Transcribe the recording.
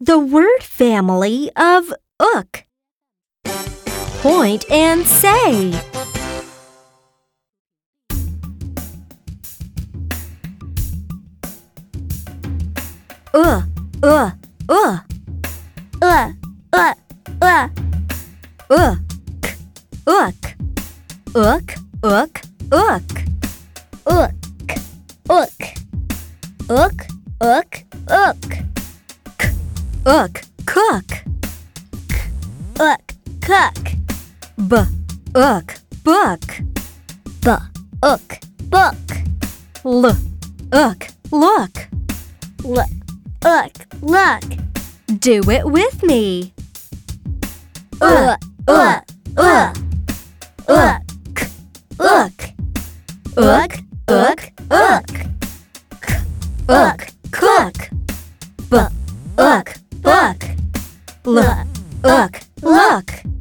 The word family of ook. Point and say. Uh, uh, uh, uh, uh, uh, ook, uh. ook, ook, ook, ook. ook, ook, ook, ook, ook, Ook, cook. ook, cook, B, ook, book. bu, ook, book, L, ook, look. look, look, look, Do it with me. uh, uh, uh, ook, look, ook, ook, ook. Ook, cook. B, ook, book. L, ook, look.